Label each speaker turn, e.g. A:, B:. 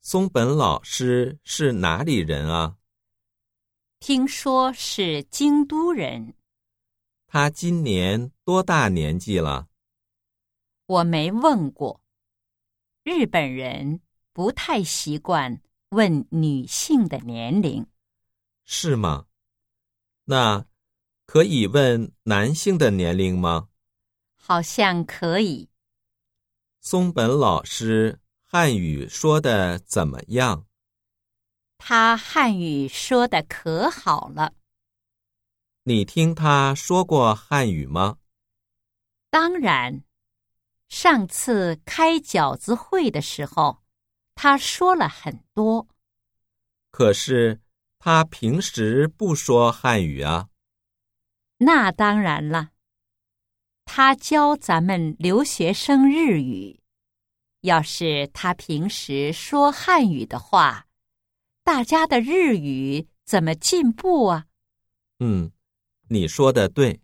A: 松本老师是哪里人啊？
B: 听说是京都人，
A: 他今年多大年纪了？
B: 我没问过。日本人不太习惯问女性的年龄，
A: 是吗？那可以问男性的年龄吗？
B: 好像可以。
A: 松本老师汉语说的怎么样？
B: 他汉语说的可好了，
A: 你听他说过汉语吗？
B: 当然，上次开饺子会的时候，他说了很多。
A: 可是他平时不说汉语啊。
B: 那当然了，他教咱们留学生日语。要是他平时说汉语的话，大家的日语怎么进步啊？
A: 嗯，你说的对。